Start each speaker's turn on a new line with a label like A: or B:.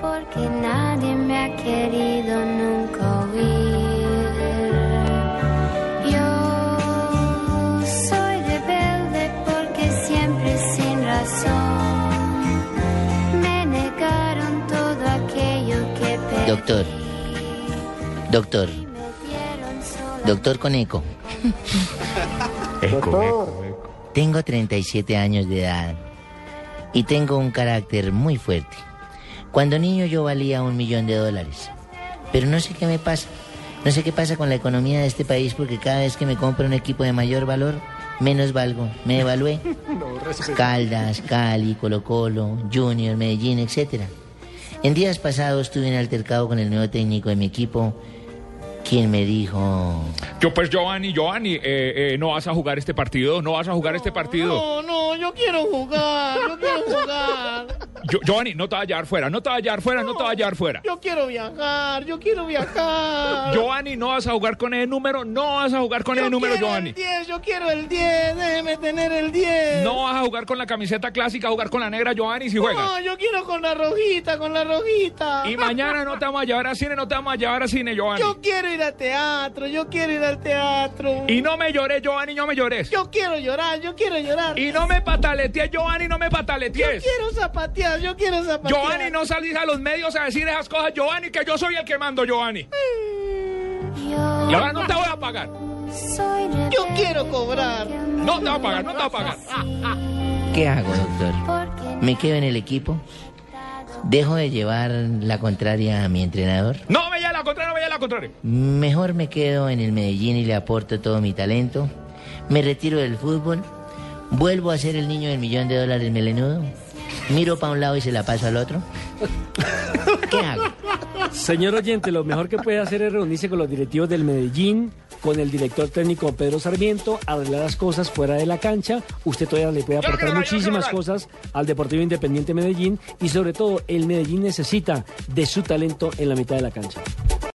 A: porque nadie me ha querido nunca oír. Yo soy rebelde porque siempre sin razón me negaron todo aquello que pedí.
B: Doctor, doctor,
A: Y me dieron solo
B: doctor con eco.
C: Eco, eco.
B: Tengo 37 años de edad y tengo un carácter muy fuerte. Cuando niño yo valía un millón de dólares, pero no sé qué me pasa. No sé qué pasa con la economía de este país porque cada vez que me compro un equipo de mayor valor, menos valgo. Me evalué. Caldas, Cali, Colo Colo, Junior, Medellín, etc. En días pasados tuve un altercado con el nuevo técnico de mi equipo, quien me dijo...
C: Yo pues Giovanni, Giovanni, eh, eh, no vas a jugar este partido, no vas a jugar este partido.
D: No, no, yo quiero jugar, yo quiero jugar.
C: Yo- Giovanni, no te vayas a hallar fuera, no te vayas a hallar fuera, no te vayas a hallar fuera.
D: Yo quiero viajar, yo quiero viajar.
C: Giovanni, no vas a jugar con ese número, no vas a jugar con ese
D: Yo
C: número,
D: quiero
C: Giovanni.
D: el 10, yo quiero el 10, déjeme tener el 10.
C: No vas a jugar con la camiseta clásica, jugar con la negra, Giovanni, si
D: No,
C: juegas.
D: yo quiero con la rojita, con la rojita.
C: Y mañana no te vamos a llevar a cine, no te vamos a llevar a cine, Giovanni.
D: Yo quiero ir al teatro, yo quiero ir al teatro.
C: Y no me llores, Giovanni, no me llores.
D: Yo quiero llorar, yo quiero llorar.
C: Y no me pataletees, Giovanni, no me
D: Yo
C: pataletees.
D: quiero zapatear, yo quiero zapatear.
C: Giovanni, no salís a los medios a decir esas cosas, Giovanni, que yo soy el que mando, Giovanni.
A: yo
C: Y ahora no te voy a pagar,
A: soy rebelde
D: Yo quiero cobrar.
C: no te voy a pagar, no te voy a pagar.
B: ¿Qué hago, doctor?
A: porque
B: Me quedo en el equipo. Dejo de llevar la contraria a mi entrenador.
C: No me lleves la contraria, no me lleves la contraria.
B: Mejor me quedo en el Medellín y le aporto todo mi talento. Me retiro del fútbol. Vuelvo a ser el niño del millón de dólares melenudo. Miro para un lado y se la paso al otro. ¿Qué hago?
E: Señor oyente, lo mejor que puede hacer es reunirse con los directivos del Medellín, con el director técnico Pedro Sarmiento, arreglar las cosas fuera de la cancha. Usted todavía le puede
C: Yo no
E: aportar
C: quiero hablar, yo no
E: muchísimas
C: quiero
E: cosas al Deportivo Independiente Medellín y sobre todo el Medellín necesita de su talento en la mitad de la cancha.